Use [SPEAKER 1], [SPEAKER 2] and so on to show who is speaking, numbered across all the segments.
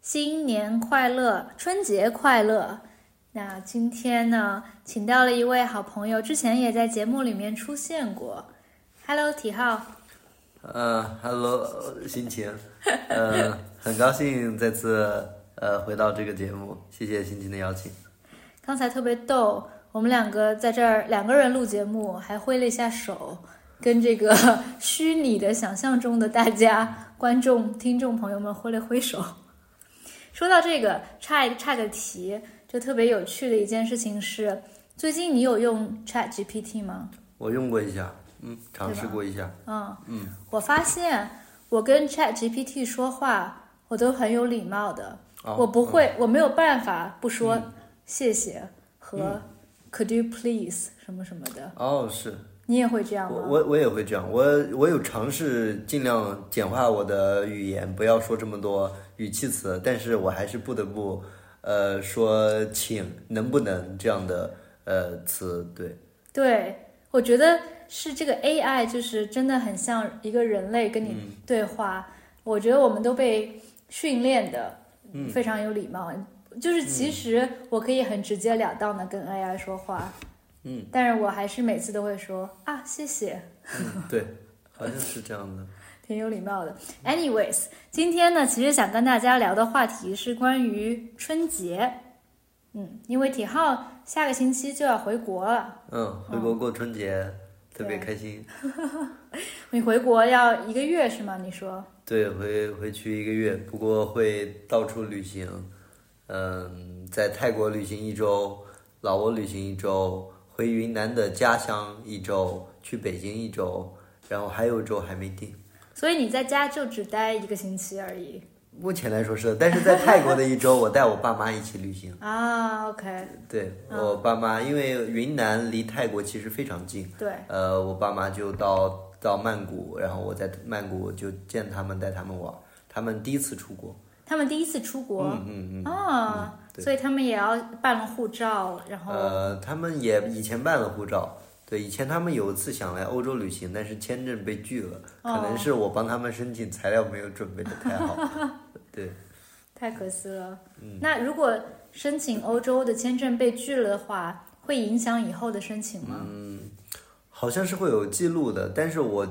[SPEAKER 1] 新年快乐，春节快乐！那今天呢，请到了一位好朋友，之前也在节目里面出现过。Hello，体浩。
[SPEAKER 2] 嗯、h e l l o 心情，嗯、很高兴再次呃回到这个节目，谢谢心情的邀请。
[SPEAKER 1] 刚才特别逗，我们两个在这儿两个人录节目，还挥了一下手，跟这个 虚拟的想象中的大家、观众、听众朋友们挥了挥手。 说到这个，岔一岔个题，就特别有趣的一件事情是，最近你有用 Chat GPT 吗？
[SPEAKER 2] 我用过一下，嗯，尝试过一下，
[SPEAKER 1] 嗯
[SPEAKER 2] 嗯，
[SPEAKER 1] 我发现我跟 Chat GPT 说话，我都很有礼貌的，
[SPEAKER 2] 哦嗯
[SPEAKER 1] 我不会，我没有办法不说谢谢和 Could you please 什么什么的。
[SPEAKER 2] 哦，是
[SPEAKER 1] 你也会这样
[SPEAKER 2] 我
[SPEAKER 1] 吗？
[SPEAKER 2] 我我也会这样，我我有尝试尽量简化我的语言，不要说这么多语气词，但是我还是不得不呃说请能不能这样的呃词，对，
[SPEAKER 1] 对，我觉得是这个 AI，就是真的很像一个人类跟
[SPEAKER 2] 嗯
[SPEAKER 1] 你对话。我觉得我们都被训练的
[SPEAKER 2] 嗯
[SPEAKER 1] 非常有礼貌，就是其实我可以很直截了当的跟 AI 说话，
[SPEAKER 2] 嗯，
[SPEAKER 1] 但是我还是每次都会说啊谢谢，
[SPEAKER 2] 嗯，对，好像是这样的，
[SPEAKER 1] 挺有礼貌的。Anyways，今天呢，其实想跟大家聊的话题是关于春节。嗯，因为体浩下个星期就要回国了，
[SPEAKER 2] 嗯，回国过春节、特别
[SPEAKER 1] 对
[SPEAKER 2] 开心。
[SPEAKER 1] 你回国要一个月是吗？你说
[SPEAKER 2] 对，回回去一个月，不过会到处旅行，嗯，在泰国旅行一周，老挝旅行一周，回云南的家乡一周，去北京一周，然后还有一周还没定。
[SPEAKER 1] 所以你在家就只待一个星期而已
[SPEAKER 2] 目前来说是，但是在泰国的一周，我带我爸妈一起旅行。
[SPEAKER 1] 啊？OK，
[SPEAKER 2] 对我爸妈，因为云南离泰国其实非常近，
[SPEAKER 1] 对，
[SPEAKER 2] 呃，我爸妈就到到曼谷，然后我在曼谷就见他们，带他们玩儿。他们第一次出国，
[SPEAKER 1] 他们第一次出国
[SPEAKER 2] 嗯嗯嗯。
[SPEAKER 1] 啊，
[SPEAKER 2] 对
[SPEAKER 1] 所以他们也要办了护照，然后
[SPEAKER 2] 呃，他们也以前办了护照，对，以前他们有一次想来欧洲旅行，但是签证被拒了，可能是我帮他们申请材料没有准备的太好，对，
[SPEAKER 1] 太可惜了。
[SPEAKER 2] 嗯
[SPEAKER 1] 那如果申请欧洲的签证被拒了的话，会影响以后的申请吗？
[SPEAKER 2] 好像是会有记录的，但是我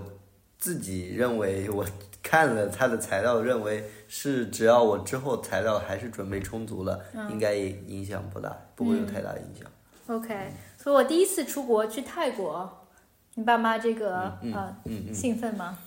[SPEAKER 2] 自己认为我看了他的材料，认为是只要我之后材料还是准备充足了，应该也影响不大，不会有太大的影响。
[SPEAKER 1] OK，所以我第一次出国去泰国，你爸妈这个呃
[SPEAKER 2] 嗯嗯。
[SPEAKER 1] 兴奋吗？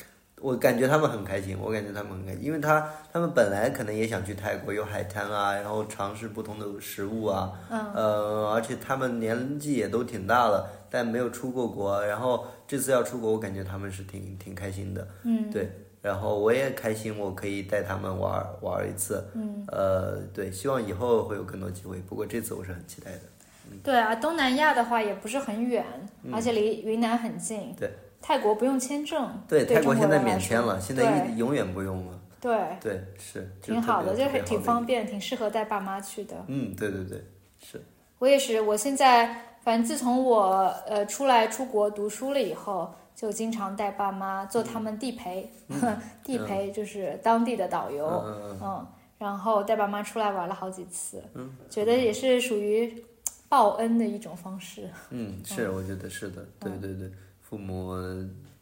[SPEAKER 2] 我感觉他们很开心，我感觉他们很开心，因为他他们本来可能也想去泰国，有海滩啊，然后尝试不同的食物啊，嗯，呃，而且他们年纪也都挺大了，但没有出过国，然后这次要出国，我感觉他们是挺挺开心的，嗯，对，然后我也开心，我可以带他们玩儿玩儿一次，嗯，呃，对，希望以后会有更多机会，不过这次我是很期待的，嗯
[SPEAKER 1] 对啊，东南亚的话也不是很远，而且离云南很近。
[SPEAKER 2] 对，
[SPEAKER 1] 泰国不用签证。
[SPEAKER 2] 对，泰
[SPEAKER 1] 中
[SPEAKER 2] 国
[SPEAKER 1] 国
[SPEAKER 2] 现在
[SPEAKER 1] 人来
[SPEAKER 2] 免签
[SPEAKER 1] 说
[SPEAKER 2] 了，现在一永远不用了，
[SPEAKER 1] 对对，
[SPEAKER 2] 对，是，就
[SPEAKER 1] 挺好的，
[SPEAKER 2] 特别
[SPEAKER 1] 就
[SPEAKER 2] 特
[SPEAKER 1] 是
[SPEAKER 2] 别好
[SPEAKER 1] 挺
[SPEAKER 2] 的
[SPEAKER 1] 方便，挺适合带爸妈去的。
[SPEAKER 2] 嗯，对对对，是，
[SPEAKER 1] 我也是，我现在反正自从我呃出来出国读书了以后，就经常带爸妈做他们地陪， 地陪就是当地的导游，
[SPEAKER 2] 嗯嗯嗯
[SPEAKER 1] 嗯，然后带爸妈出来玩了好几次，嗯，觉得也是属于报恩的一种方式。
[SPEAKER 2] 嗯，是，我觉得是的，对对对，父母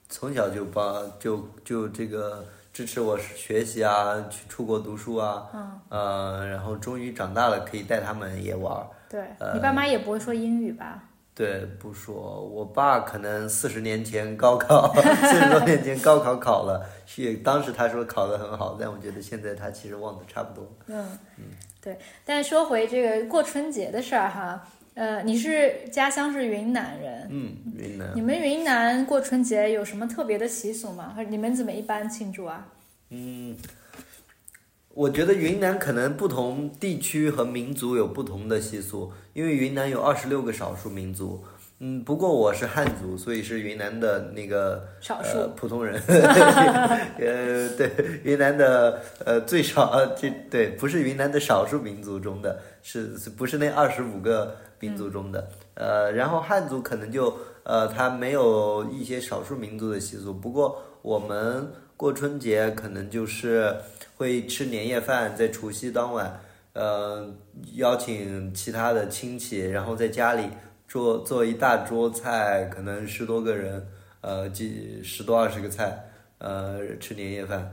[SPEAKER 2] 从小就帮就就这个支持我学习啊，去出国读书啊，嗯，呃，然后终于长大了，可以带他们也玩儿。
[SPEAKER 1] 对、你爸妈也不会说英语吧？
[SPEAKER 2] 对，不说，我爸可能四十年前高 考，四十多年前高考考了，是当时他说考得很好，但我觉得现在他其实忘得差不多。
[SPEAKER 1] 嗯，对。但说回这个过春节的事儿哈，呃，你是家乡是云南人，
[SPEAKER 2] 嗯，云南。
[SPEAKER 1] 你们云南过春节有什么特别的习俗吗？或者你们怎么一般庆祝啊？
[SPEAKER 2] 嗯，我觉得云南可能不同地区和民族有不同的习俗，因为云南有二十六个少数民族。嗯，不过我是汉族，所以是云南的那个
[SPEAKER 1] 少数
[SPEAKER 2] 呃、普 通人。呃，对，云南的呃最少呃这对不是云南的少数民族中的，是是不是那二十五个民族中的？呃，然后汉族可能就呃他没有一些少数民族的习俗，不过我们过春节可能就是会吃年夜饭，在除夕当晚，呃，邀请其他的亲戚，然后在家里做做一大桌菜，可能十多个人，呃，几十多二十个菜，呃，吃年夜饭。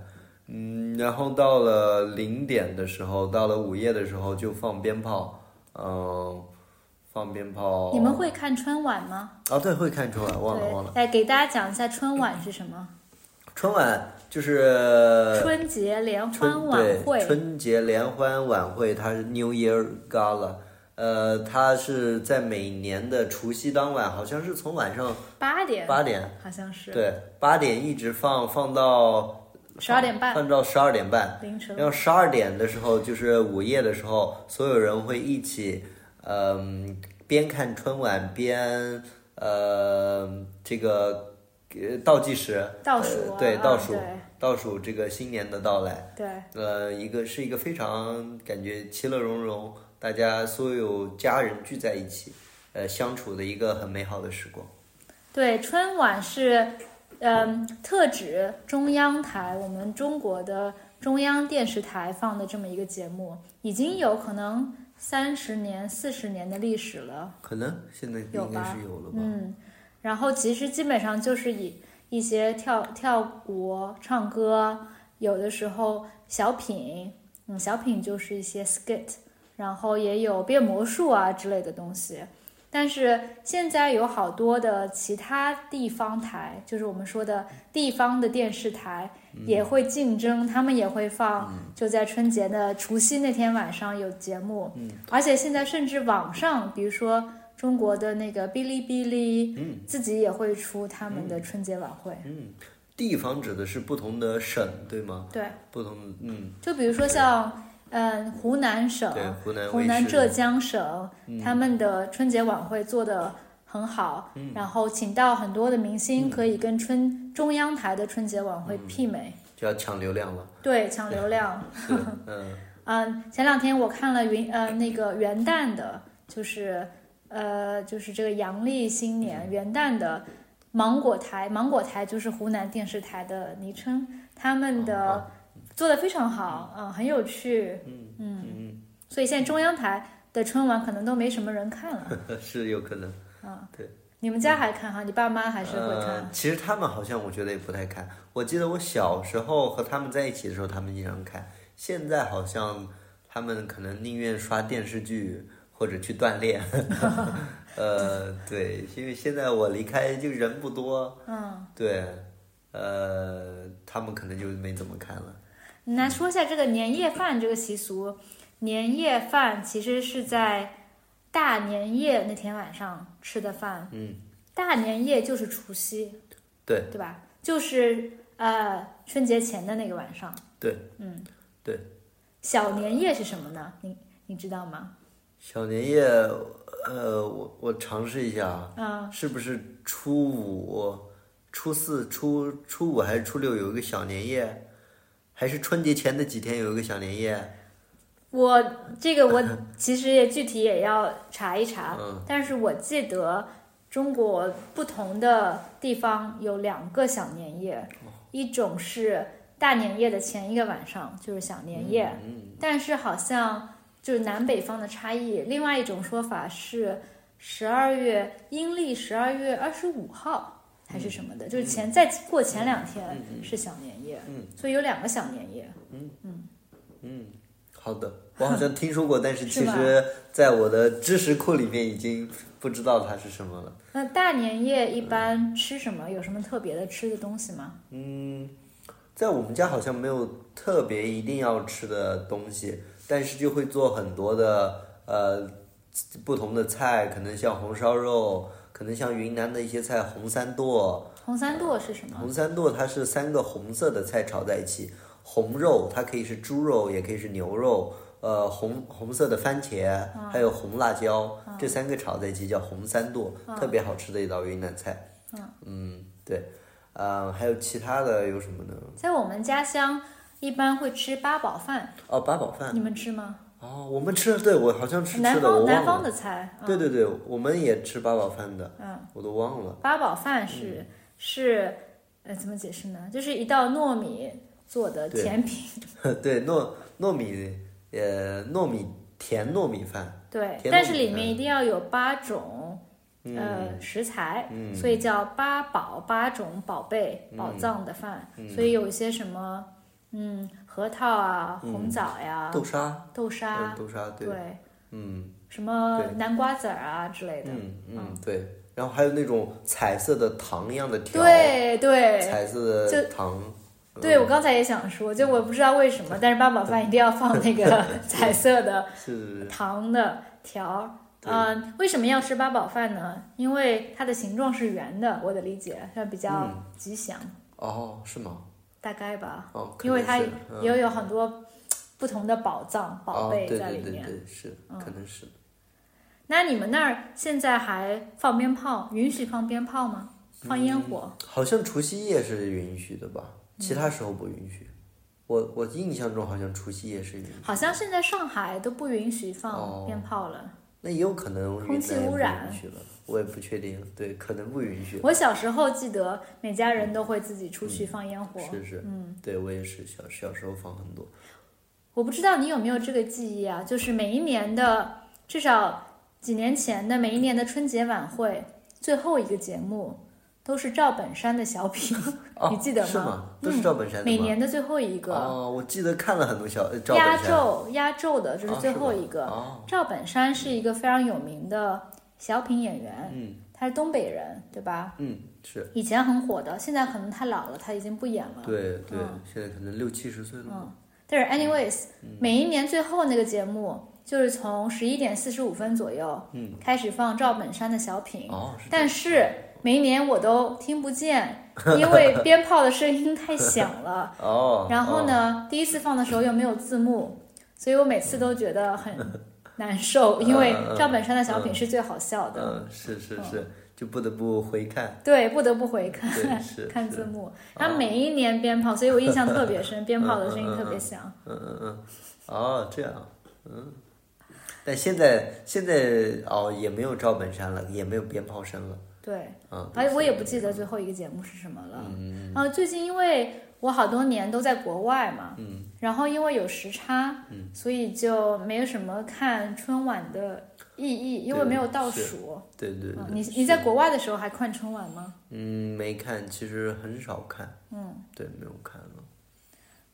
[SPEAKER 2] 嗯，然后到了零点的时候，到了午夜的时候就放鞭炮，嗯、放鞭炮。
[SPEAKER 1] 你们会看春晚吗？
[SPEAKER 2] 啊？对，会看春晚，哦忘了忘了。
[SPEAKER 1] 对，来给大家讲一下春晚是什么？
[SPEAKER 2] 春晚就是
[SPEAKER 1] 春节联欢
[SPEAKER 2] 春
[SPEAKER 1] 晚
[SPEAKER 2] 对
[SPEAKER 1] 会。
[SPEAKER 2] 呃春节联欢晚会，它是 New Year Gala，呃，它是在每年的除夕当晚，好像是从晚上
[SPEAKER 1] 八点，
[SPEAKER 2] 八点，
[SPEAKER 1] 好像是
[SPEAKER 2] 对，八点一直放放到
[SPEAKER 1] 十二点半
[SPEAKER 2] 放到十二点半。
[SPEAKER 1] 凌晨。
[SPEAKER 2] 然后十二点的时候，就是午夜的时候，所有人会一起，嗯、边看春晚边，呃，这个呃倒计时，
[SPEAKER 1] 倒数啊
[SPEAKER 2] 呃对
[SPEAKER 1] 啊
[SPEAKER 2] 倒数
[SPEAKER 1] 对
[SPEAKER 2] 倒数这个新年的到来，
[SPEAKER 1] 对，
[SPEAKER 2] 呃，一个是一个非常感觉其乐融融，大家所有家人聚在一起，呃，相处的一个很美好的时光。
[SPEAKER 1] 对，春晚是，嗯，特指中央台，我们中国的中央电视台放的这么一个节目，已经有可能三十年、四十年的历史了。
[SPEAKER 2] 可能现在应
[SPEAKER 1] 有
[SPEAKER 2] 该
[SPEAKER 1] 吧
[SPEAKER 2] 是有了吧？
[SPEAKER 1] 嗯，然后其实基本上就是以一些跳跳舞、唱歌，有的时候小品，嗯，小品就是一些 skit，然后也有变魔术啊之类的东西。但是现在有好多的其他地方台，就是我们说的地方的电视台，也会竞争，他们也会放，就在春节的除夕那天晚上有节目。
[SPEAKER 2] 嗯
[SPEAKER 1] 而且现在甚至网上，比如说中国的那个哔哩哔哩，
[SPEAKER 2] 嗯
[SPEAKER 1] 自己也会出他们的春节晚会。
[SPEAKER 2] 嗯，地方指的是不同的省，对吗？
[SPEAKER 1] 对，
[SPEAKER 2] 不同，嗯。
[SPEAKER 1] 就比如说像嗯湖南省、
[SPEAKER 2] 对，湖南
[SPEAKER 1] 呃湖
[SPEAKER 2] 卫
[SPEAKER 1] 南、
[SPEAKER 2] 视嗯
[SPEAKER 1] 浙江省，他们的春节晚会做得很好，
[SPEAKER 2] 嗯
[SPEAKER 1] 然后请到很多的明星，可以跟春中央台的春节晚会
[SPEAKER 2] 嗯
[SPEAKER 1] 媲美，
[SPEAKER 2] 就要抢流量了。
[SPEAKER 1] 对，抢流量。
[SPEAKER 2] 是，嗯，
[SPEAKER 1] 嗯，前两天我看了云呃那个元旦的，就是呃就是这个阳历新年元旦的芒果台，芒果台就是湖南电视台的昵称，他们
[SPEAKER 2] 哦
[SPEAKER 1] 的做的非常好，嗯，很有趣，
[SPEAKER 2] 嗯
[SPEAKER 1] 嗯，
[SPEAKER 2] 嗯
[SPEAKER 1] 所以现在中央台的春晚可能都没什么人看 了，
[SPEAKER 2] 嗯，是有可能。
[SPEAKER 1] 啊，
[SPEAKER 2] 对，
[SPEAKER 1] 你们家还看哈，你爸妈还是会看
[SPEAKER 2] 呃，，其实他们好像我觉得也不太看。我记得我小时候和他们在一起的时候，他们经常看。现在好像他们可能宁愿刷电视剧或者去 锻炼。 呃，对，因为现在我离开就人不多，
[SPEAKER 1] 嗯，
[SPEAKER 2] 对，呃，他们可能就没怎么看了。
[SPEAKER 1] 那说一下这个年夜饭这个习俗，年夜饭其实是在大年夜那天晚上吃的饭，
[SPEAKER 2] 嗯，
[SPEAKER 1] 大年夜就是除夕，
[SPEAKER 2] 对
[SPEAKER 1] 对吧？就是呃春节前的那个晚上，
[SPEAKER 2] 对，
[SPEAKER 1] 嗯，
[SPEAKER 2] 对。
[SPEAKER 1] 小年夜是什么呢？你你知道吗？
[SPEAKER 2] 小年夜，呃，我我尝试一下啊。
[SPEAKER 1] 嗯，
[SPEAKER 2] 是不是初五、初四、初初五还是初六有一个小年夜，还是春节前的几天有一个小年夜？
[SPEAKER 1] 我这个我其实也具体也要查一查，
[SPEAKER 2] 嗯
[SPEAKER 1] 但是我记得中国不同的地方有两个小年夜，
[SPEAKER 2] 哦
[SPEAKER 1] 一种是大年夜的前一个晚上就是小年夜，
[SPEAKER 2] 嗯，
[SPEAKER 1] 但是好像就是南北方的差异。另外一种说法是十二月阴历十二月二十五号还是什么的，就是前再过前两天
[SPEAKER 2] 嗯嗯
[SPEAKER 1] 是小年夜，
[SPEAKER 2] 嗯
[SPEAKER 1] 所以有两个小年夜。
[SPEAKER 2] 嗯，好的，我好像听说过，但是
[SPEAKER 1] 是
[SPEAKER 2] 其
[SPEAKER 1] 吗
[SPEAKER 2] 实在我的知识库里面已经不知道它是什么了。
[SPEAKER 1] 那大年夜一般吃什么？有什么特别的吃的东西吗？
[SPEAKER 2] 嗯，在我们家好像没有特别一定要吃的东西，但是就会做很多的呃不同的菜，可能像红烧肉，可能像云南的一些菜红三剁。
[SPEAKER 1] 红
[SPEAKER 2] 呃
[SPEAKER 1] 三剁是什么？
[SPEAKER 2] 红三剁它是三个红色的菜炒在一起，红肉它可以是猪肉，也可以是牛肉，呃，红红色的番茄，还有红辣椒，这三个炒在一起叫红三剁，特别好吃的一道云南菜。嗯，对，呃，还有其他的有什么呢？
[SPEAKER 1] 在我们家乡一般会吃八宝饭，
[SPEAKER 2] 哦，八宝饭
[SPEAKER 1] 你。们吃吗？
[SPEAKER 2] 哦，我们吃，对我好像是
[SPEAKER 1] 南
[SPEAKER 2] 吃的，
[SPEAKER 1] 方
[SPEAKER 2] 我忘
[SPEAKER 1] 南方
[SPEAKER 2] 了。
[SPEAKER 1] 的菜，嗯
[SPEAKER 2] 对对对，我们也吃八宝饭的，
[SPEAKER 1] 嗯，
[SPEAKER 2] 我都忘了。
[SPEAKER 1] 八宝饭是是呃，怎么解释呢？就是一道糯米做的
[SPEAKER 2] 对
[SPEAKER 1] 甜品，
[SPEAKER 2] 对，糯糯米呃糯米甜糯米饭，
[SPEAKER 1] 对，
[SPEAKER 2] 甜
[SPEAKER 1] 但
[SPEAKER 2] 糯
[SPEAKER 1] 是
[SPEAKER 2] 米
[SPEAKER 1] 里
[SPEAKER 2] 饭
[SPEAKER 1] 面一定要有八种
[SPEAKER 2] 嗯，
[SPEAKER 1] 呃食材，
[SPEAKER 2] 嗯
[SPEAKER 1] 所以叫八宝八种宝贝宝藏的饭。
[SPEAKER 2] 嗯
[SPEAKER 1] 所以有一些什么，嗯，核桃啊，红枣呀、
[SPEAKER 2] 嗯豆沙，
[SPEAKER 1] 豆沙
[SPEAKER 2] 嗯，，豆沙，对，
[SPEAKER 1] 对，
[SPEAKER 2] 嗯
[SPEAKER 1] 什么
[SPEAKER 2] 对
[SPEAKER 1] 南瓜籽儿啊之类的。
[SPEAKER 2] 嗯嗯，对。然后还有那种彩色的糖一样的条，
[SPEAKER 1] 对对
[SPEAKER 2] 彩色
[SPEAKER 1] 就
[SPEAKER 2] 的糖，
[SPEAKER 1] 对，我刚才也想说，就我不知道为什么，但是八宝饭一定要放那个 彩色的
[SPEAKER 2] 是
[SPEAKER 1] 糖的条儿。
[SPEAKER 2] 对
[SPEAKER 1] 嗯，为什么要吃八宝饭呢？因为它的形状是圆的，我的理解它比较
[SPEAKER 2] 嗯
[SPEAKER 1] 吉祥，
[SPEAKER 2] 哦，是吗？
[SPEAKER 1] 大概吧。
[SPEAKER 2] 哦，可
[SPEAKER 1] 因为
[SPEAKER 2] 能
[SPEAKER 1] 它
[SPEAKER 2] 是嗯
[SPEAKER 1] 也有很多不同的宝藏宝贝
[SPEAKER 2] 哦、对
[SPEAKER 1] 在里面。嗯
[SPEAKER 2] 对对对，是，可能是。
[SPEAKER 1] 那你们那儿现在还放鞭炮？允许放鞭炮吗？放
[SPEAKER 2] 嗯
[SPEAKER 1] 烟火？
[SPEAKER 2] 好像除夕夜是允许的吧？其他时候不允许。我我印象中好像除夕夜是允许，
[SPEAKER 1] 好像现在上海都不允许放
[SPEAKER 2] 哦
[SPEAKER 1] 鞭炮了。
[SPEAKER 2] 那也有可能
[SPEAKER 1] 空
[SPEAKER 2] 云
[SPEAKER 1] 气
[SPEAKER 2] 南也
[SPEAKER 1] 污
[SPEAKER 2] 不
[SPEAKER 1] 染
[SPEAKER 2] 允许了，我也不确定。对，可能不允许。
[SPEAKER 1] 我小时候记得每家人都会自己出去放烟火。
[SPEAKER 2] 嗯是是，嗯，对我也是小小时候放很多。
[SPEAKER 1] 我不知道你有没有这个记忆啊？就是每一年的，至少几年前的每一年的春节晚会最后一个节目，都是赵本山的小品，
[SPEAKER 2] 哦，
[SPEAKER 1] 你记得嗯
[SPEAKER 2] 是吗？都是赵 本山的吗？
[SPEAKER 1] 每年的最后一个。
[SPEAKER 2] 哦，我记得看了很多小呃赵本
[SPEAKER 1] 压
[SPEAKER 2] 山。
[SPEAKER 1] 轴压轴的，这是
[SPEAKER 2] 哦
[SPEAKER 1] 最
[SPEAKER 2] 是
[SPEAKER 1] 后
[SPEAKER 2] 吧
[SPEAKER 1] 一个。
[SPEAKER 2] 哦，
[SPEAKER 1] 赵本山是一个非常有名的小品演员，
[SPEAKER 2] 嗯
[SPEAKER 1] 他是东北人，对吧？
[SPEAKER 2] 嗯，是
[SPEAKER 1] 以前很火的，现在可能他老了，他已经不演了。
[SPEAKER 2] 对对
[SPEAKER 1] 嗯，
[SPEAKER 2] 现在可能六七十岁了
[SPEAKER 1] 嗯
[SPEAKER 2] 嘛。，
[SPEAKER 1] 但是 anyways，、每一年最后那个节目就是从十一点四十五分左右，
[SPEAKER 2] 嗯，
[SPEAKER 1] 开始放赵本山的小品，
[SPEAKER 2] 哦，是这样。
[SPEAKER 1] 但是每一年我都听不见， 因为鞭炮的声音太响了。
[SPEAKER 2] 哦，
[SPEAKER 1] 然后
[SPEAKER 2] 哦？
[SPEAKER 1] 呢，第一次放的时候又没有字幕，所以我每次都觉得 很难受，因为
[SPEAKER 2] 嗯嗯
[SPEAKER 1] 赵本山的小品是最好笑的，
[SPEAKER 2] 嗯，是是是，就不得不回看。
[SPEAKER 1] 对，不得不回看
[SPEAKER 2] 对，是
[SPEAKER 1] 看
[SPEAKER 2] 是哦
[SPEAKER 1] 字幕。他每一年鞭炮，所以我印象特别 深，鞭炮的声音特别响。
[SPEAKER 2] 嗯嗯嗯，哦，这样，嗯。但现在现在哦，也没有赵本山了，也没有鞭炮声了，
[SPEAKER 1] 对，
[SPEAKER 2] 啊。
[SPEAKER 1] 哎，我也不
[SPEAKER 2] 是
[SPEAKER 1] 记得最后一个节目是什么了。
[SPEAKER 2] 嗯
[SPEAKER 1] 啊，最近因为我好多年都在国外嘛，
[SPEAKER 2] 嗯，
[SPEAKER 1] 然后因为有时差，
[SPEAKER 2] 嗯
[SPEAKER 1] 所以就没有什么看春晚的意义，因为
[SPEAKER 2] 对
[SPEAKER 1] 没有倒
[SPEAKER 2] 是
[SPEAKER 1] 数。
[SPEAKER 2] 对对对
[SPEAKER 1] 嗯，你
[SPEAKER 2] 是
[SPEAKER 1] 你在国外的时候还看春晚吗？
[SPEAKER 2] 嗯没看，其实很少看，
[SPEAKER 1] 嗯，
[SPEAKER 2] 对，没有看了。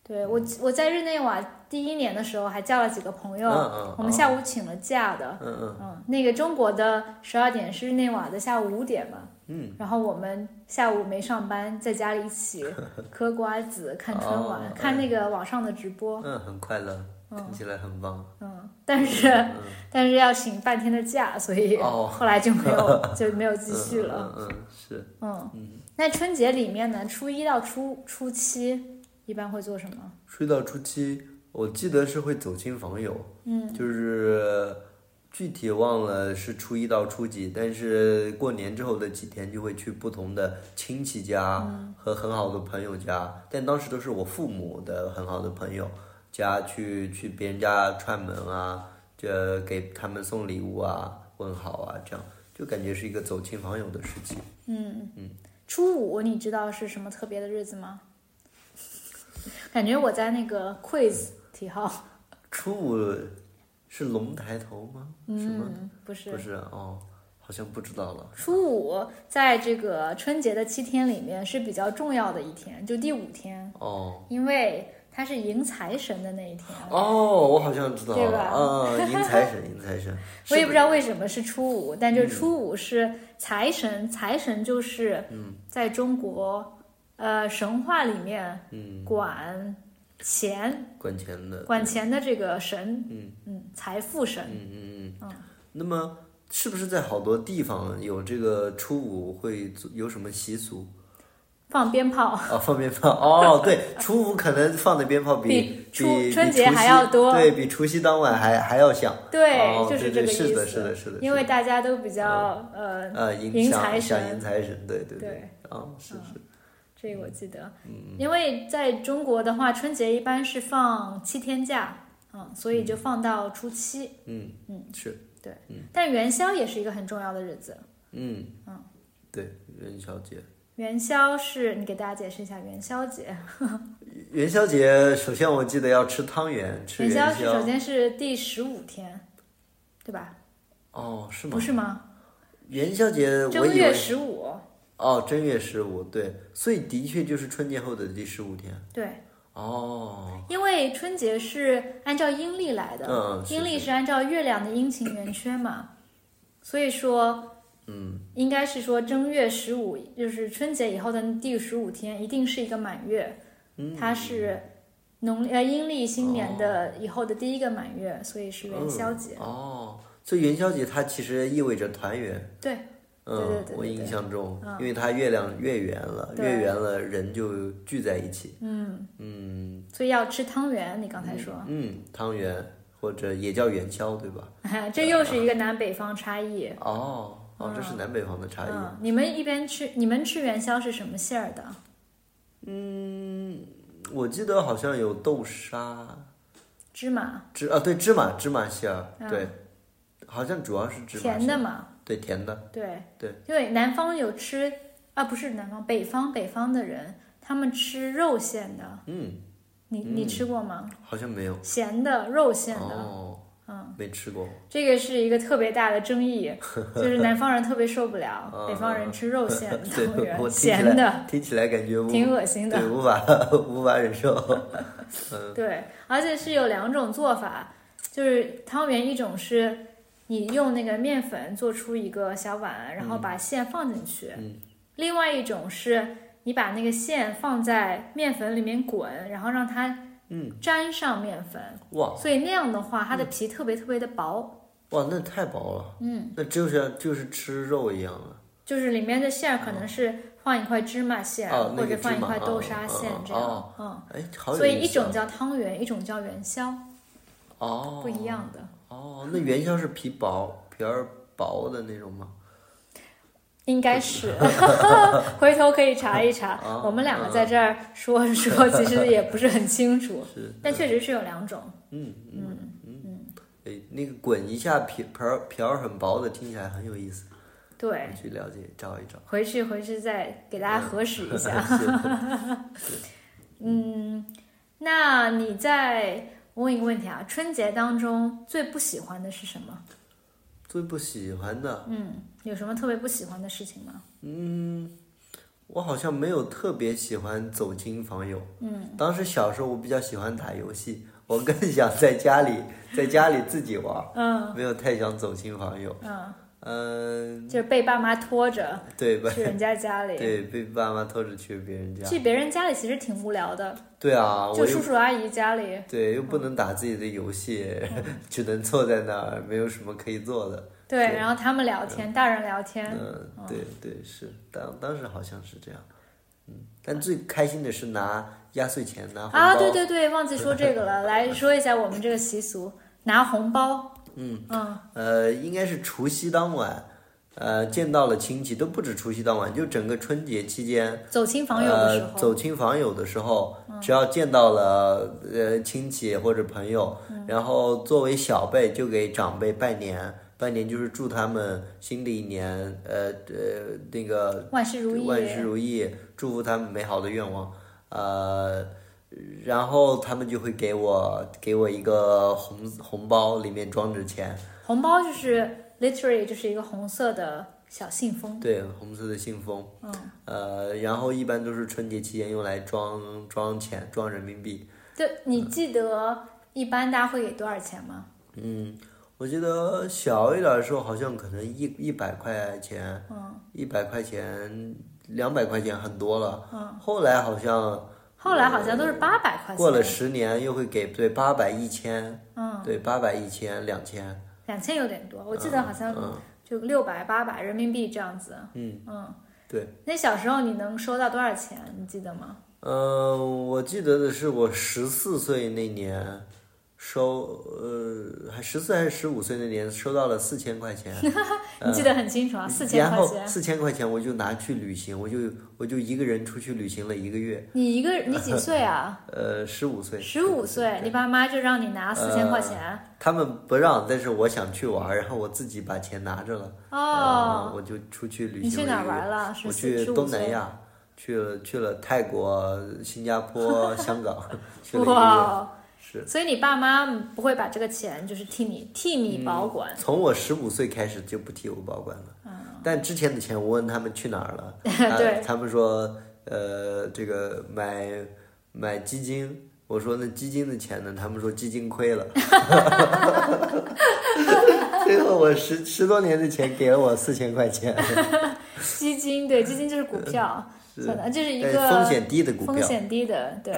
[SPEAKER 1] 对我
[SPEAKER 2] 嗯
[SPEAKER 1] 我在日内瓦第一年的时候还叫了几个朋友，
[SPEAKER 2] 嗯嗯
[SPEAKER 1] 我们下午请了假的。
[SPEAKER 2] 嗯嗯
[SPEAKER 1] 嗯，那个中国的十二点是日内瓦的下午五点嘛，
[SPEAKER 2] 嗯，
[SPEAKER 1] 然后我们下午没上班，在家里一 起嗑瓜子、看春晚、
[SPEAKER 2] 哦
[SPEAKER 1] 看那个网上的直播，
[SPEAKER 2] 嗯，很快乐，听起来很棒。
[SPEAKER 1] 嗯，但是、 但是要请半天的假，所以
[SPEAKER 2] 哦
[SPEAKER 1] 后来就没有、 就没有继续了。
[SPEAKER 2] 嗯嗯嗯，是。
[SPEAKER 1] 嗯，那春节里面呢，初一到初初七一般会做什么？
[SPEAKER 2] 睡到初七，我记得是会走亲访友，嗯，就是具体忘了是初一到初几，但是过年之后的几天就会去不同的亲戚家和很好的朋友家，但当时都是我父母的很好的朋友家去去别人家串门啊，这给他们送礼物啊，问好啊，这样就感觉是一个走亲访友的事情。
[SPEAKER 1] 嗯
[SPEAKER 2] 嗯
[SPEAKER 1] 初五你知道是什么特别的日子吗？ 感觉我在那个 quiz 题号，
[SPEAKER 2] 初五是龙抬头吗？是吗？
[SPEAKER 1] 嗯，不
[SPEAKER 2] 不
[SPEAKER 1] 是。
[SPEAKER 2] 是哦，好像不知道了。
[SPEAKER 1] 初五在这个春节的七天里面是比较重要的一天，就第五天，
[SPEAKER 2] 哦
[SPEAKER 1] 因为它是迎财神的那一天。
[SPEAKER 2] 哦，我好像知道
[SPEAKER 1] 对
[SPEAKER 2] 了。
[SPEAKER 1] 吧
[SPEAKER 2] 啊，迎财 神，迎财神。
[SPEAKER 1] 我也不知
[SPEAKER 2] 道。
[SPEAKER 1] 道为什么是初五，但
[SPEAKER 2] 嗯
[SPEAKER 1] 就初五是财神，财神就是
[SPEAKER 2] 嗯
[SPEAKER 1] 在中国呃神话里面
[SPEAKER 2] 嗯，
[SPEAKER 1] 管钱、
[SPEAKER 2] 管钱的。
[SPEAKER 1] 管钱的这个神，
[SPEAKER 2] 嗯
[SPEAKER 1] 嗯，财富神。
[SPEAKER 2] 嗯嗯嗯。那么，是不是在好多地方有这个初五会做有什么习俗
[SPEAKER 1] 放鞭炮，
[SPEAKER 2] 啊？放鞭炮哦，对，初五可能放的鞭炮
[SPEAKER 1] 比
[SPEAKER 2] 比
[SPEAKER 1] 初
[SPEAKER 2] 比
[SPEAKER 1] 春节
[SPEAKER 2] 比除夕
[SPEAKER 1] 还要多
[SPEAKER 2] 对比除夕当晚还还要响。
[SPEAKER 1] 对，
[SPEAKER 2] 哦
[SPEAKER 1] 就是这
[SPEAKER 2] 对
[SPEAKER 1] 个意
[SPEAKER 2] 对
[SPEAKER 1] 思。
[SPEAKER 2] 是的是的是的
[SPEAKER 1] 因为大家都比较、呃，
[SPEAKER 2] 呃，
[SPEAKER 1] 迎
[SPEAKER 2] 迎
[SPEAKER 1] 财
[SPEAKER 2] 响
[SPEAKER 1] 神
[SPEAKER 2] 响迎财神，对对
[SPEAKER 1] 对。
[SPEAKER 2] 啊，是是，
[SPEAKER 1] 这个我记得，
[SPEAKER 2] 嗯
[SPEAKER 1] 因为在中国的话，春节一般是放七天假，嗯，所以就放到初七。
[SPEAKER 2] 嗯
[SPEAKER 1] 嗯
[SPEAKER 2] 是。
[SPEAKER 1] 但元宵也是一个很重要的日子，
[SPEAKER 2] 嗯，对，元宵节，
[SPEAKER 1] 元宵是你给大家解释一下元宵节。
[SPEAKER 2] 元宵节，首先我记得要吃汤圆，吃
[SPEAKER 1] 元
[SPEAKER 2] 宵
[SPEAKER 1] 是首先是第十五天，对吧？
[SPEAKER 2] 哦，是吗？
[SPEAKER 1] 不是吗？
[SPEAKER 2] 元宵节，我
[SPEAKER 1] 正
[SPEAKER 2] 以
[SPEAKER 1] 月
[SPEAKER 2] 为
[SPEAKER 1] 十五，
[SPEAKER 2] 哦，正月十五，对，所以的确就是春节后的第十五天。
[SPEAKER 1] 对，
[SPEAKER 2] 哦，
[SPEAKER 1] 因为春节是按照阴历来的，
[SPEAKER 2] 嗯是
[SPEAKER 1] 阴历是按照月亮的阴晴圆缺嘛，所以说
[SPEAKER 2] 嗯，
[SPEAKER 1] 应该是说正月十五，就是春节以后的第十五天，一定是一个满月，
[SPEAKER 2] 嗯
[SPEAKER 1] 它是农呃阴历新年的以后的第一个满月，所以是元宵节。
[SPEAKER 2] 嗯哦，所以元宵节它其实意味着团圆。
[SPEAKER 1] 对，对
[SPEAKER 2] 嗯，
[SPEAKER 1] 对对对
[SPEAKER 2] 我印象中，
[SPEAKER 1] 嗯
[SPEAKER 2] 因为它月亮月圆了，
[SPEAKER 1] 对
[SPEAKER 2] 月圆了人就聚在一起。
[SPEAKER 1] 嗯，
[SPEAKER 2] 嗯
[SPEAKER 1] 所以要吃汤圆，你刚才说，
[SPEAKER 2] 嗯，汤圆或者也叫元宵，对吧？
[SPEAKER 1] 这又是一个南北方差异。
[SPEAKER 2] 哦哦，这是南北方的差异。
[SPEAKER 1] 嗯，你们一边吃，你们吃元宵是什么馅儿的？
[SPEAKER 2] 我记得好像有豆沙
[SPEAKER 1] 芝麻，
[SPEAKER 2] 芝啊，对芝麻芝麻馅儿，
[SPEAKER 1] 嗯
[SPEAKER 2] 对，好像主要是芝麻
[SPEAKER 1] 甜
[SPEAKER 2] 馅
[SPEAKER 1] 的
[SPEAKER 2] 儿，
[SPEAKER 1] 嘛？
[SPEAKER 2] 对甜的，
[SPEAKER 1] 对
[SPEAKER 2] 对，
[SPEAKER 1] 因为南方有吃啊，不是南方，北方北方的人他们吃肉馅的，
[SPEAKER 2] 嗯，
[SPEAKER 1] 你你
[SPEAKER 2] 嗯
[SPEAKER 1] 吃过吗？
[SPEAKER 2] 好像没有
[SPEAKER 1] 咸的肉馅的，
[SPEAKER 2] 哦，
[SPEAKER 1] 嗯，
[SPEAKER 2] 没吃过，
[SPEAKER 1] 这个是一个特别大的争 议，就是南方人特别受不了，
[SPEAKER 2] 嗯
[SPEAKER 1] 北方人吃肉馅的
[SPEAKER 2] 对
[SPEAKER 1] 汤，
[SPEAKER 2] 我
[SPEAKER 1] 圆，
[SPEAKER 2] 听起
[SPEAKER 1] 咸的
[SPEAKER 2] 来听起来感觉无
[SPEAKER 1] 挺恶心的
[SPEAKER 2] 对。无法 无法忍受，嗯
[SPEAKER 1] 对，而且是有两种做法，就是汤圆，一种是你用那个面粉做出一个小碗，然后把馅放进去；
[SPEAKER 2] 嗯
[SPEAKER 1] 另外一种是你把那个馅放在面粉里面滚，然后让它
[SPEAKER 2] 嗯，哦
[SPEAKER 1] 粘上面粉，
[SPEAKER 2] 哇
[SPEAKER 1] 所以那样的话，它的皮特别特别的薄，
[SPEAKER 2] 哇，那太薄了，
[SPEAKER 1] 嗯，
[SPEAKER 2] 那就是就是吃肉一样了，
[SPEAKER 1] 就是里面的馅儿可能是放一块芝麻馅，
[SPEAKER 2] 哦那
[SPEAKER 1] 或
[SPEAKER 2] 个
[SPEAKER 1] 者放一
[SPEAKER 2] 芝麻
[SPEAKER 1] 块
[SPEAKER 2] 哦
[SPEAKER 1] 豆沙
[SPEAKER 2] 哦
[SPEAKER 1] 馅
[SPEAKER 2] 哦
[SPEAKER 1] 这样，
[SPEAKER 2] 哦
[SPEAKER 1] 嗯。
[SPEAKER 2] 哎，好有
[SPEAKER 1] 所以
[SPEAKER 2] 意
[SPEAKER 1] 一
[SPEAKER 2] 思
[SPEAKER 1] 种
[SPEAKER 2] 啊
[SPEAKER 1] 叫汤圆，一种叫元宵，
[SPEAKER 2] 哦
[SPEAKER 1] 不一样的。
[SPEAKER 2] 哦，那元宵是皮薄皮儿薄的那种吗？
[SPEAKER 1] 应该 是， 回头可以查一查。
[SPEAKER 2] 啊
[SPEAKER 1] 我们两个在这儿说说， 其实也不是很清楚，
[SPEAKER 2] 是，
[SPEAKER 1] 但确实是有两种。
[SPEAKER 2] 嗯嗯
[SPEAKER 1] 嗯，
[SPEAKER 2] 哎，那个滚一下皮皮儿皮儿很薄的，听起来很有意思，
[SPEAKER 1] 对
[SPEAKER 2] 我，去了解找一找。
[SPEAKER 1] 回去回去再给大家核实一下。 嗯，那你在我问一个问题啊，春节当中最不喜欢的是什么？
[SPEAKER 2] 最不喜欢的，
[SPEAKER 1] 嗯，有什么特别不喜欢的事情吗？
[SPEAKER 2] 我好像没有特别喜欢走亲访友。嗯，当时小时候我比较喜欢打游戏，我更想在家 里在家里自己玩儿，
[SPEAKER 1] 嗯
[SPEAKER 2] 没有太想走亲访友。
[SPEAKER 1] 嗯，
[SPEAKER 2] 嗯，
[SPEAKER 1] 就是被爸妈拖着
[SPEAKER 2] 对吧？
[SPEAKER 1] 去人家家里，
[SPEAKER 2] 对，被爸妈拖着去别人家。
[SPEAKER 1] 去别人家里其实挺无聊的，
[SPEAKER 2] 对啊，
[SPEAKER 1] 就嗯
[SPEAKER 2] 我
[SPEAKER 1] 叔
[SPEAKER 2] 又
[SPEAKER 1] 叔阿姨家里。
[SPEAKER 2] 对又不能打自己的游戏，
[SPEAKER 1] 嗯
[SPEAKER 2] 只能坐在那儿，没有什么可以做的。
[SPEAKER 1] 对，
[SPEAKER 2] 对
[SPEAKER 1] 然后他们聊天，大人聊天，
[SPEAKER 2] 嗯，对对是，当当时好像是这样，嗯，但最开心的是拿压岁钱拿红包，
[SPEAKER 1] 啊，对对对，忘记说这个了，来说一下我们这个习俗，拿红包。
[SPEAKER 2] 嗯
[SPEAKER 1] 嗯，
[SPEAKER 2] 呃，应该是除夕当晚，呃，见到了亲戚都不止除夕当晚，就整个春节期间，
[SPEAKER 1] 走亲访友的时
[SPEAKER 2] 呃，
[SPEAKER 1] 候，
[SPEAKER 2] 走亲访友的时候，只要见到了呃亲戚或者朋友，
[SPEAKER 1] 嗯
[SPEAKER 2] 然后作为小辈就给长辈拜年，拜年就是祝他们新的一年，呃呃那个
[SPEAKER 1] 万事如意。
[SPEAKER 2] 万事如意，祝福他们美好的愿望。呃，然后他们就会给我给我一个红红包，里面装着钱，
[SPEAKER 1] 红包就是 literally 就是一个红色的小信封。
[SPEAKER 2] 对，红色的信封。
[SPEAKER 1] 嗯，
[SPEAKER 2] 呃，然后一般都是春节期间用来装装钱，装人民币。
[SPEAKER 1] 对，你记得一般大家会给多少钱吗？
[SPEAKER 2] 嗯，我记得小一点的时候，好像可能一一百块钱，
[SPEAKER 1] 嗯，
[SPEAKER 2] 一百块钱，两百块钱很多了。嗯，后来好像
[SPEAKER 1] 后来好像都是八百块钱。
[SPEAKER 2] 过了十年又会给对八百一千。
[SPEAKER 1] 嗯，
[SPEAKER 2] 对，八百、一千、两千，
[SPEAKER 1] 两千有点多，我记得好像
[SPEAKER 2] 嗯
[SPEAKER 1] 就六百、八百人民币这样子。
[SPEAKER 2] 嗯
[SPEAKER 1] 嗯，
[SPEAKER 2] 对。
[SPEAKER 1] 那小时候你能收到多少钱？你记得吗？
[SPEAKER 2] 嗯、我记得的是我十四岁那年收，呃，还十四还是十五岁那年收到了四千块钱，
[SPEAKER 1] 你记得很清楚啊， 四千
[SPEAKER 2] 嗯然
[SPEAKER 1] 块
[SPEAKER 2] 后
[SPEAKER 1] 钱。
[SPEAKER 2] 四千块钱我就拿去旅行，我就我就一个人出去旅行了一个月，
[SPEAKER 1] 你一个你几岁啊？
[SPEAKER 2] 呃，十五岁，
[SPEAKER 1] 十五岁，你爸妈就让你拿四千块
[SPEAKER 2] 呃
[SPEAKER 1] 钱
[SPEAKER 2] 他们不让，但是我想去玩儿，然后我自己把钱拿着了，
[SPEAKER 1] 哦。
[SPEAKER 2] 嗯，我就出去旅
[SPEAKER 1] 你去
[SPEAKER 2] 行了
[SPEAKER 1] 哪
[SPEAKER 2] 一
[SPEAKER 1] 儿
[SPEAKER 2] 个月
[SPEAKER 1] 玩了？
[SPEAKER 2] 我
[SPEAKER 1] 十四
[SPEAKER 2] 去
[SPEAKER 1] 十五
[SPEAKER 2] 东南
[SPEAKER 1] 岁
[SPEAKER 2] 亚，去了去了泰国、新加 坡、香港， 去了一个月。
[SPEAKER 1] 哇，
[SPEAKER 2] 是
[SPEAKER 1] 所以你爸妈不会把这个钱就是替你替你保
[SPEAKER 2] 嗯
[SPEAKER 1] 管，
[SPEAKER 2] 从我十五岁开始就不替我保管了，但之前的钱我问他们去哪 儿了，
[SPEAKER 1] 嗯对
[SPEAKER 2] 他他们说呃这个买买基金，我说那基金的钱呢？他们说基金 亏了。 最后我十十多年的钱给了我四千块钱，
[SPEAKER 1] 基金对基金就是股票，
[SPEAKER 2] 嗯是
[SPEAKER 1] 可能这 是一
[SPEAKER 2] 但
[SPEAKER 1] 个
[SPEAKER 2] 哎风险低的股
[SPEAKER 1] 风
[SPEAKER 2] 票，嗯
[SPEAKER 1] 险低的， 对。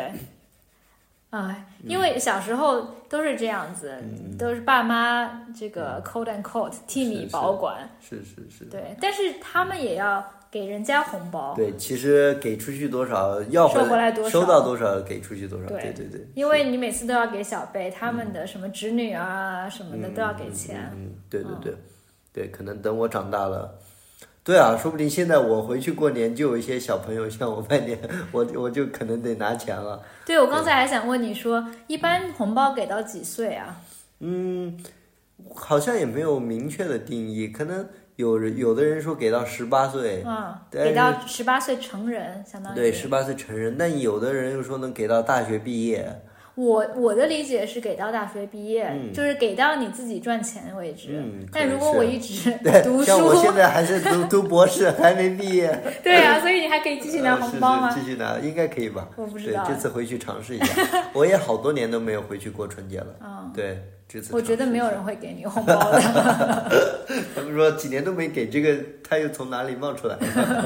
[SPEAKER 1] 哎，因为小时候都是这样子，都是爸妈这个 code and code 替
[SPEAKER 2] 嗯是
[SPEAKER 1] 你
[SPEAKER 2] 是
[SPEAKER 1] 保管，
[SPEAKER 2] 是是是。
[SPEAKER 1] 对。但是他们也要给人家红包，
[SPEAKER 2] 对，其实给出去多少，要
[SPEAKER 1] 收回来多少
[SPEAKER 2] 收到多少，给出去多少。
[SPEAKER 1] 对
[SPEAKER 2] 对对对，
[SPEAKER 1] 因为你每次都要给小辈他们的什么侄女啊什么的都要给钱。
[SPEAKER 2] 嗯，嗯嗯对对对，对，可能等我长大了，对啊，说不定现在我回去过年，就有一些小朋友向我拜年，我我就可能得拿钱了。
[SPEAKER 1] 对我刚才还想问你说，一般红包给到几岁啊？
[SPEAKER 2] 嗯，好像也没有明确的定义，可能有人有的人说给到十八岁，
[SPEAKER 1] 嗯，
[SPEAKER 2] 对
[SPEAKER 1] 给到十八岁成人，相当于
[SPEAKER 2] 对，十八岁成人，但有的人又说能给到大学毕业。
[SPEAKER 1] 我我的理解是给到大学毕业，
[SPEAKER 2] 嗯
[SPEAKER 1] 就是给到你自己赚钱为止。
[SPEAKER 2] 嗯
[SPEAKER 1] 但如果
[SPEAKER 2] 可能
[SPEAKER 1] 我
[SPEAKER 2] 是
[SPEAKER 1] 一直读
[SPEAKER 2] 对，像我现
[SPEAKER 1] 书，
[SPEAKER 2] 在还是读读博士，还没毕业。
[SPEAKER 1] 对啊，所以你还可以继续拿红包啊
[SPEAKER 2] 呃
[SPEAKER 1] 吗
[SPEAKER 2] 是？是继续拿，应该可以吧？
[SPEAKER 1] 我不知
[SPEAKER 2] 对
[SPEAKER 1] 道
[SPEAKER 2] 这次回去尝试一下。 我也好多年都没有回去过春节了。
[SPEAKER 1] 嗯
[SPEAKER 2] 对，这次
[SPEAKER 1] 我觉得
[SPEAKER 2] 尝试一
[SPEAKER 1] 没有
[SPEAKER 2] 下。
[SPEAKER 1] 人会给你红包的。
[SPEAKER 2] 他们说几年都没给这个，他又从哪里冒出来？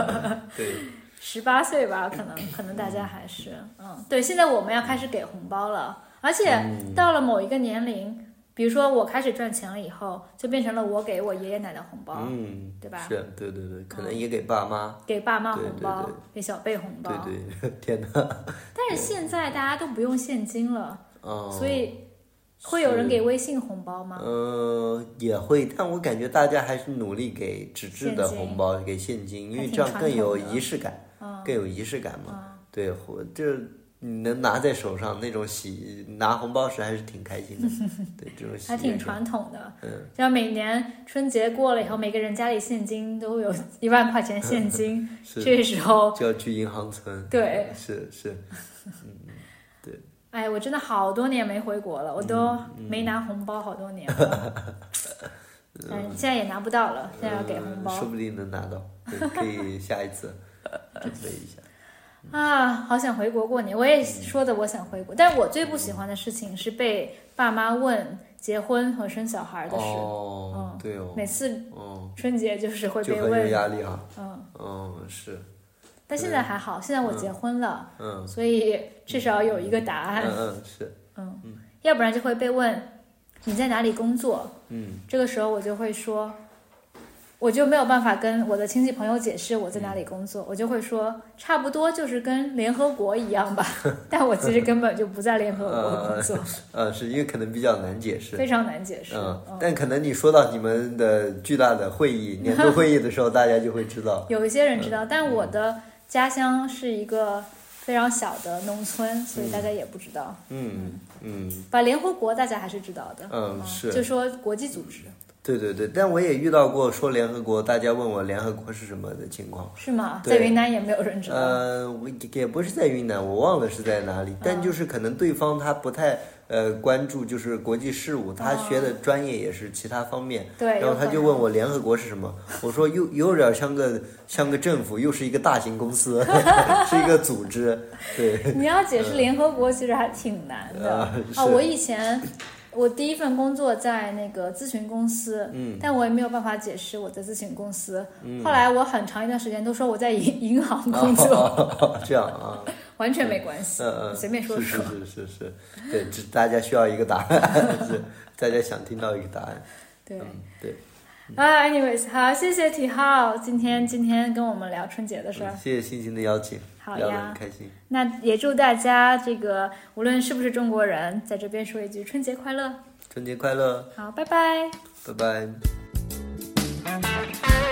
[SPEAKER 2] 对，
[SPEAKER 1] 十八岁吧，可能可能大家还是嗯，对。现在我们要开始给红包了，而且
[SPEAKER 2] 嗯
[SPEAKER 1] 到了某一个年龄，比如说我开始赚钱了以后，就变成了我给我爷爷奶奶红包，
[SPEAKER 2] 嗯，
[SPEAKER 1] 对吧嗯
[SPEAKER 2] 是，对对对，可能也给爸妈。
[SPEAKER 1] 给爸妈红
[SPEAKER 2] 对
[SPEAKER 1] 包，
[SPEAKER 2] 对对
[SPEAKER 1] 给小辈红包。
[SPEAKER 2] 对对， 天哪！
[SPEAKER 1] 但是现在大家都不用现金了，
[SPEAKER 2] 嗯，
[SPEAKER 1] 所以会有人
[SPEAKER 2] 是
[SPEAKER 1] 给微信红包吗？
[SPEAKER 2] 呃，也会，但我感觉大家还是努力给纸质的
[SPEAKER 1] 现金
[SPEAKER 2] 红包，给现金，因
[SPEAKER 1] 还
[SPEAKER 2] 为
[SPEAKER 1] 挺
[SPEAKER 2] 这样
[SPEAKER 1] 传
[SPEAKER 2] 更有
[SPEAKER 1] 统的
[SPEAKER 2] 仪式感，
[SPEAKER 1] 嗯
[SPEAKER 2] 更有仪式感嘛。
[SPEAKER 1] 嗯，
[SPEAKER 2] 对，我这你能拿在手上那种喜拿红包时还是挺开心 的，对这种喜
[SPEAKER 1] 还
[SPEAKER 2] 悦
[SPEAKER 1] 挺
[SPEAKER 2] 是
[SPEAKER 1] 传统的。
[SPEAKER 2] 嗯，，
[SPEAKER 1] 像每年春节过了以后，每个人家里现金都有一万块钱现金
[SPEAKER 2] 是
[SPEAKER 1] 这时候，
[SPEAKER 2] 就要去银行存，
[SPEAKER 1] 对，
[SPEAKER 2] 是是，
[SPEAKER 1] 哎，我真的好多年没回国了，我都
[SPEAKER 2] 嗯
[SPEAKER 1] 没拿红包好多年了。 嗯，现在也拿不到了，现在要给红包
[SPEAKER 2] 嗯、说不定能拿到，对，可以下 一次准备一下，
[SPEAKER 1] 啊！好想回国过年，我也
[SPEAKER 2] 嗯
[SPEAKER 1] 说的我想回国，但我最不喜欢的事情是被爸妈问结婚和生小孩的事，嗯
[SPEAKER 2] 哦，对哦，
[SPEAKER 1] 每次
[SPEAKER 2] 哦，
[SPEAKER 1] 春节就是会
[SPEAKER 2] 就
[SPEAKER 1] 被
[SPEAKER 2] 很有
[SPEAKER 1] 问，
[SPEAKER 2] 压力啊，
[SPEAKER 1] 嗯，
[SPEAKER 2] 嗯，是，
[SPEAKER 1] 但现在还好，现在我结婚了，
[SPEAKER 2] 嗯
[SPEAKER 1] 所以至少有一个答
[SPEAKER 2] 嗯
[SPEAKER 1] 案，
[SPEAKER 2] 嗯是，
[SPEAKER 1] 嗯，要不然就会被问你在哪里工作，
[SPEAKER 2] 嗯
[SPEAKER 1] 这个时候我就会说，我就没有办法跟我的亲戚朋友解释我在哪里工
[SPEAKER 2] 嗯
[SPEAKER 1] 作，我就会说差不多就是跟联合国一样 吧，但我其实根本就不在联合国工作，
[SPEAKER 2] 呃是因为可能比较难解释
[SPEAKER 1] 非。常难解释，
[SPEAKER 2] 嗯
[SPEAKER 1] 嗯，
[SPEAKER 2] 但可能你说到你们的巨大的会议、年度会议的时候，大家就会知道。
[SPEAKER 1] 有一些人知
[SPEAKER 2] 嗯
[SPEAKER 1] 道，但我的家乡是一个非常小的农村，所以大家也不知道。
[SPEAKER 2] 嗯嗯
[SPEAKER 1] 把联合国大家还是知道的，
[SPEAKER 2] 嗯，是。
[SPEAKER 1] 就说国际组织
[SPEAKER 2] 对对对，但我也遇到过说联合国，大家问我联合国是什么的情况。
[SPEAKER 1] 是吗？在
[SPEAKER 2] 对
[SPEAKER 1] 云南也没有人知道。
[SPEAKER 2] 呃，我也也不是在云南，我忘了是在哪
[SPEAKER 1] 嗯
[SPEAKER 2] 里，但就是可能对方他不太呃关注就是国际事务，他学
[SPEAKER 1] 嗯
[SPEAKER 2] 的专业也是其他方面，
[SPEAKER 1] 对，
[SPEAKER 2] 然后他
[SPEAKER 1] 有可
[SPEAKER 2] 就
[SPEAKER 1] 能
[SPEAKER 2] 问我联合国是什么，我说又有点像个像个政府，又是一个大型公司， 是一个组织， 对，
[SPEAKER 1] 你要解释联合国，其实还挺难的
[SPEAKER 2] 啊
[SPEAKER 1] 啊、
[SPEAKER 2] 是
[SPEAKER 1] 我以前我第一份工作在那个咨询公司，
[SPEAKER 2] 嗯，
[SPEAKER 1] 但我也没有办法解释我在咨询公司。后来我很长一段时间都说我在银银行工作，
[SPEAKER 2] 这样啊。
[SPEAKER 1] 完全没关系，
[SPEAKER 2] 嗯嗯，
[SPEAKER 1] 随便说
[SPEAKER 2] 是
[SPEAKER 1] 说。
[SPEAKER 2] 是是是是，对，只大家需要一个答案， 是大家想听到一个答案，
[SPEAKER 1] 对
[SPEAKER 2] 嗯，对，
[SPEAKER 1] 啊，anyways，好，谢谢体浩，今天今天跟我们聊春节的事儿。
[SPEAKER 2] 嗯谢谢欣欣的邀请，
[SPEAKER 1] 啊好
[SPEAKER 2] 聊得
[SPEAKER 1] 呀
[SPEAKER 2] 很开心，
[SPEAKER 1] 那也祝大家这个无论是不是中国人，在这边说一句春节快乐。
[SPEAKER 2] 春节快乐，
[SPEAKER 1] 好，拜拜。
[SPEAKER 2] 拜拜。
[SPEAKER 3] Thank